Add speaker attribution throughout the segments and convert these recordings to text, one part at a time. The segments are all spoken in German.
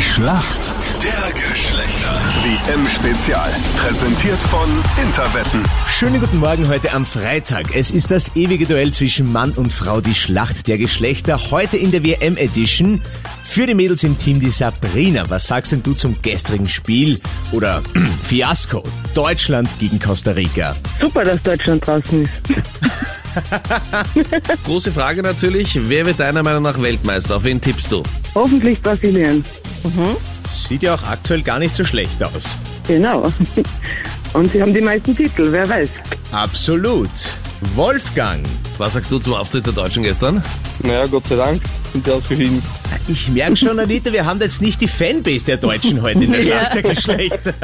Speaker 1: Schlacht der Geschlechter. WM-Spezial. Präsentiert von Interwetten.
Speaker 2: Schönen guten Morgen heute am Freitag. Es ist das ewige Duell zwischen Mann und Frau, die Schlacht der Geschlechter. Heute in der WM Edition. Für die Mädels im Team die Sabrina. Was sagst denn du zum gestrigen Spiel oder Fiasko? Deutschland gegen Costa Rica.
Speaker 3: Super, dass Deutschland draußen ist.
Speaker 4: Große Frage natürlich, wer wird deiner Meinung nach Weltmeister? Auf wen tippst du?
Speaker 3: Hoffentlich Brasilien.
Speaker 2: Sieht ja auch aktuell gar nicht so schlecht aus.
Speaker 3: Genau. Und sie haben die meisten Titel, wer weiß.
Speaker 2: Absolut. Wolfgang.
Speaker 4: Was sagst du zum Auftritt der Deutschen gestern?
Speaker 5: Naja, Gott sei Dank sind sie ausgeschieden.
Speaker 2: Ich merke schon, Anita, wir haben da jetzt nicht die Fanbase der Deutschen heute in der Schlacht der Geschlechter.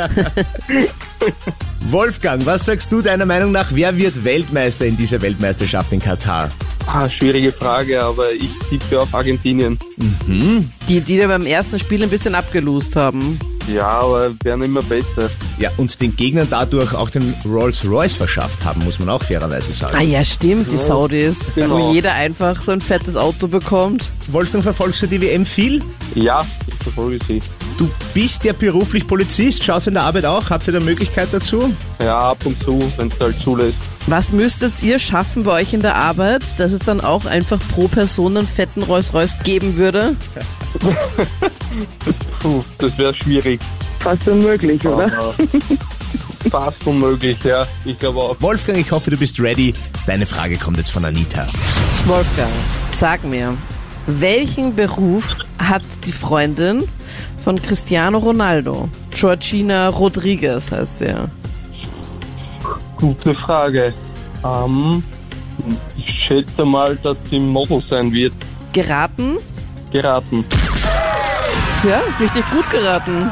Speaker 2: Wolfgang, was sagst du deiner Meinung nach, wer wird Weltmeister in dieser Weltmeisterschaft in Katar?
Speaker 5: Ah, schwierige Frage, aber ich tippe auf Argentinien.
Speaker 6: Die, die da beim ersten Spiel ein bisschen abgelost haben.
Speaker 5: Ja, aber werden immer besser.
Speaker 2: Ja, und den Gegnern dadurch auch den Rolls-Royce verschafft haben, muss man auch fairerweise sagen.
Speaker 6: Ah ja, stimmt, die Saudis.
Speaker 5: Genau.
Speaker 6: Wo jeder einfach so ein fettes Auto bekommt.
Speaker 2: Wolfgang, verfolgst du die WM viel?
Speaker 5: Ja, ich verfolge sie.
Speaker 2: Du bist ja beruflich Polizist, schaust in der Arbeit auch, habt ihr da Möglichkeit dazu?
Speaker 5: Ja, ab und zu, wenn es halt zulässt.
Speaker 6: Was müsstet ihr schaffen bei euch in der Arbeit, dass es dann auch einfach pro Person einen fetten Rolls-Royce geben würde?
Speaker 5: Puh, das wäre schwierig.
Speaker 3: Fast unmöglich, oder?
Speaker 5: Aber fast unmöglich, ja. Ich glaube auch.
Speaker 2: Wolfgang, ich hoffe, du bist ready. Deine Frage kommt jetzt von Anita.
Speaker 6: Wolfgang, sag mir, welchen Beruf hat die Freundin von Cristiano Ronaldo? Georgina Rodriguez heißt sie. ja.
Speaker 5: Gute Frage. Ähm, ich schätze mal, dass sie Model sein wird.
Speaker 6: Geraten?
Speaker 5: Geraten.
Speaker 6: Ja, richtig gut geraten.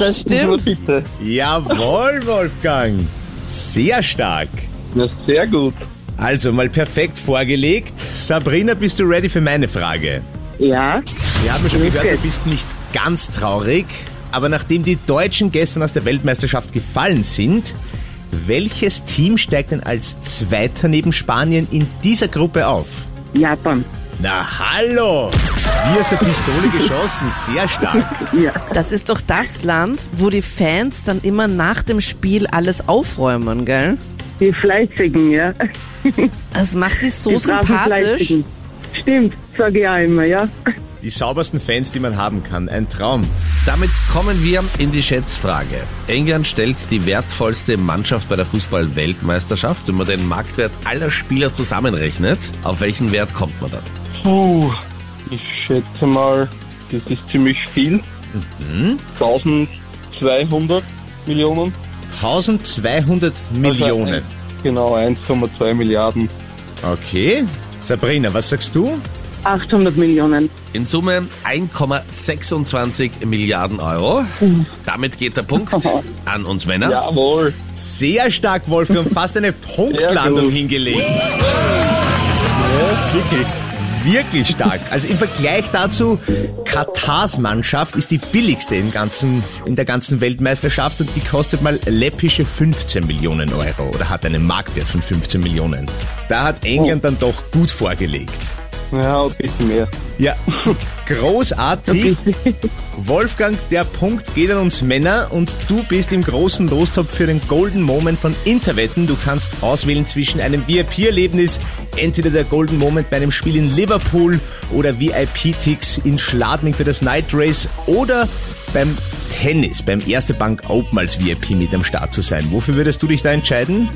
Speaker 6: Das
Speaker 5: Nur
Speaker 6: stimmt.
Speaker 5: bitte.
Speaker 2: Jawohl, Wolfgang. Sehr stark.
Speaker 5: Ja, sehr gut.
Speaker 2: Also mal perfekt vorgelegt. Sabrina, bist du ready für meine Frage?
Speaker 3: Ja.
Speaker 2: Wir haben schon gehört, du bist nicht ganz traurig, aber nachdem die Deutschen gestern aus der Weltmeisterschaft gefallen sind, welches Team steigt denn als Zweiter neben Spanien in dieser Gruppe auf?
Speaker 3: Japan.
Speaker 2: Na hallo! Wie aus der Pistole geschossen, sehr stark.
Speaker 3: Ja.
Speaker 6: Das ist doch das Land, wo die Fans dann immer nach dem Spiel alles aufräumen, gell?
Speaker 3: Die Fleißigen, ja.
Speaker 6: Das macht die so
Speaker 3: die braven
Speaker 6: sympathisch.
Speaker 3: Fleißigen. Stimmt, sage ich auch immer, ja.
Speaker 2: Die saubersten Fans, die man haben kann, ein Traum.
Speaker 4: Damit kommen wir in die Schätzfrage. England stellt die wertvollste Mannschaft bei der Fußball-Weltmeisterschaft. Wenn man den Marktwert aller Spieler zusammenrechnet, auf welchen Wert kommt man dann?
Speaker 5: Puh, ich schätze mal, das ist ziemlich viel. 1200 Millionen.
Speaker 2: 1200 Millionen.
Speaker 5: Genau, 1,2 Milliarden.
Speaker 2: Okay. Sabrina, was sagst du?
Speaker 3: 800 Millionen.
Speaker 4: In Summe 1,26 Milliarden Euro. Damit geht der Punkt an uns Männer.
Speaker 5: Jawohl.
Speaker 2: Sehr stark, Wolfgang, fast eine Punktlandung
Speaker 5: gut.
Speaker 2: hingelegt. wirklich. Wirklich stark. Also im Vergleich dazu, Katars Mannschaft ist die billigste im ganzen, in der ganzen Weltmeisterschaft und die kostet mal läppische 15 Millionen Euro oder hat einen Marktwert von 15 Millionen. Da hat England dann doch gut vorgelegt.
Speaker 5: Ja, ein bisschen mehr.
Speaker 2: Ja, großartig. Wolfgang, der Punkt geht an uns Männer und du bist im großen Lostop für den Golden Moment von Interwetten. Du kannst auswählen zwischen einem VIP-Erlebnis, entweder der Golden Moment bei einem Spiel in Liverpool oder VIP-Ticks in Schladming für das Night Race oder beim Tennis, beim Erste Bank Open als VIP mit am Start zu sein. Wofür würdest du dich da entscheiden?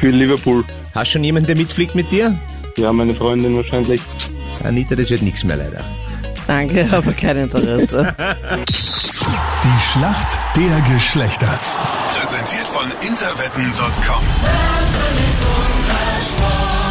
Speaker 5: Für Liverpool.
Speaker 2: Hast schon jemanden, der mitfliegt mit dir?
Speaker 5: Ja, meine Freundin wahrscheinlich.
Speaker 2: Anita, das wird nichts mehr leider.
Speaker 6: Danke, aber kein Interesse.
Speaker 1: Die Schlacht der Geschlechter. Präsentiert von Interwetten.com.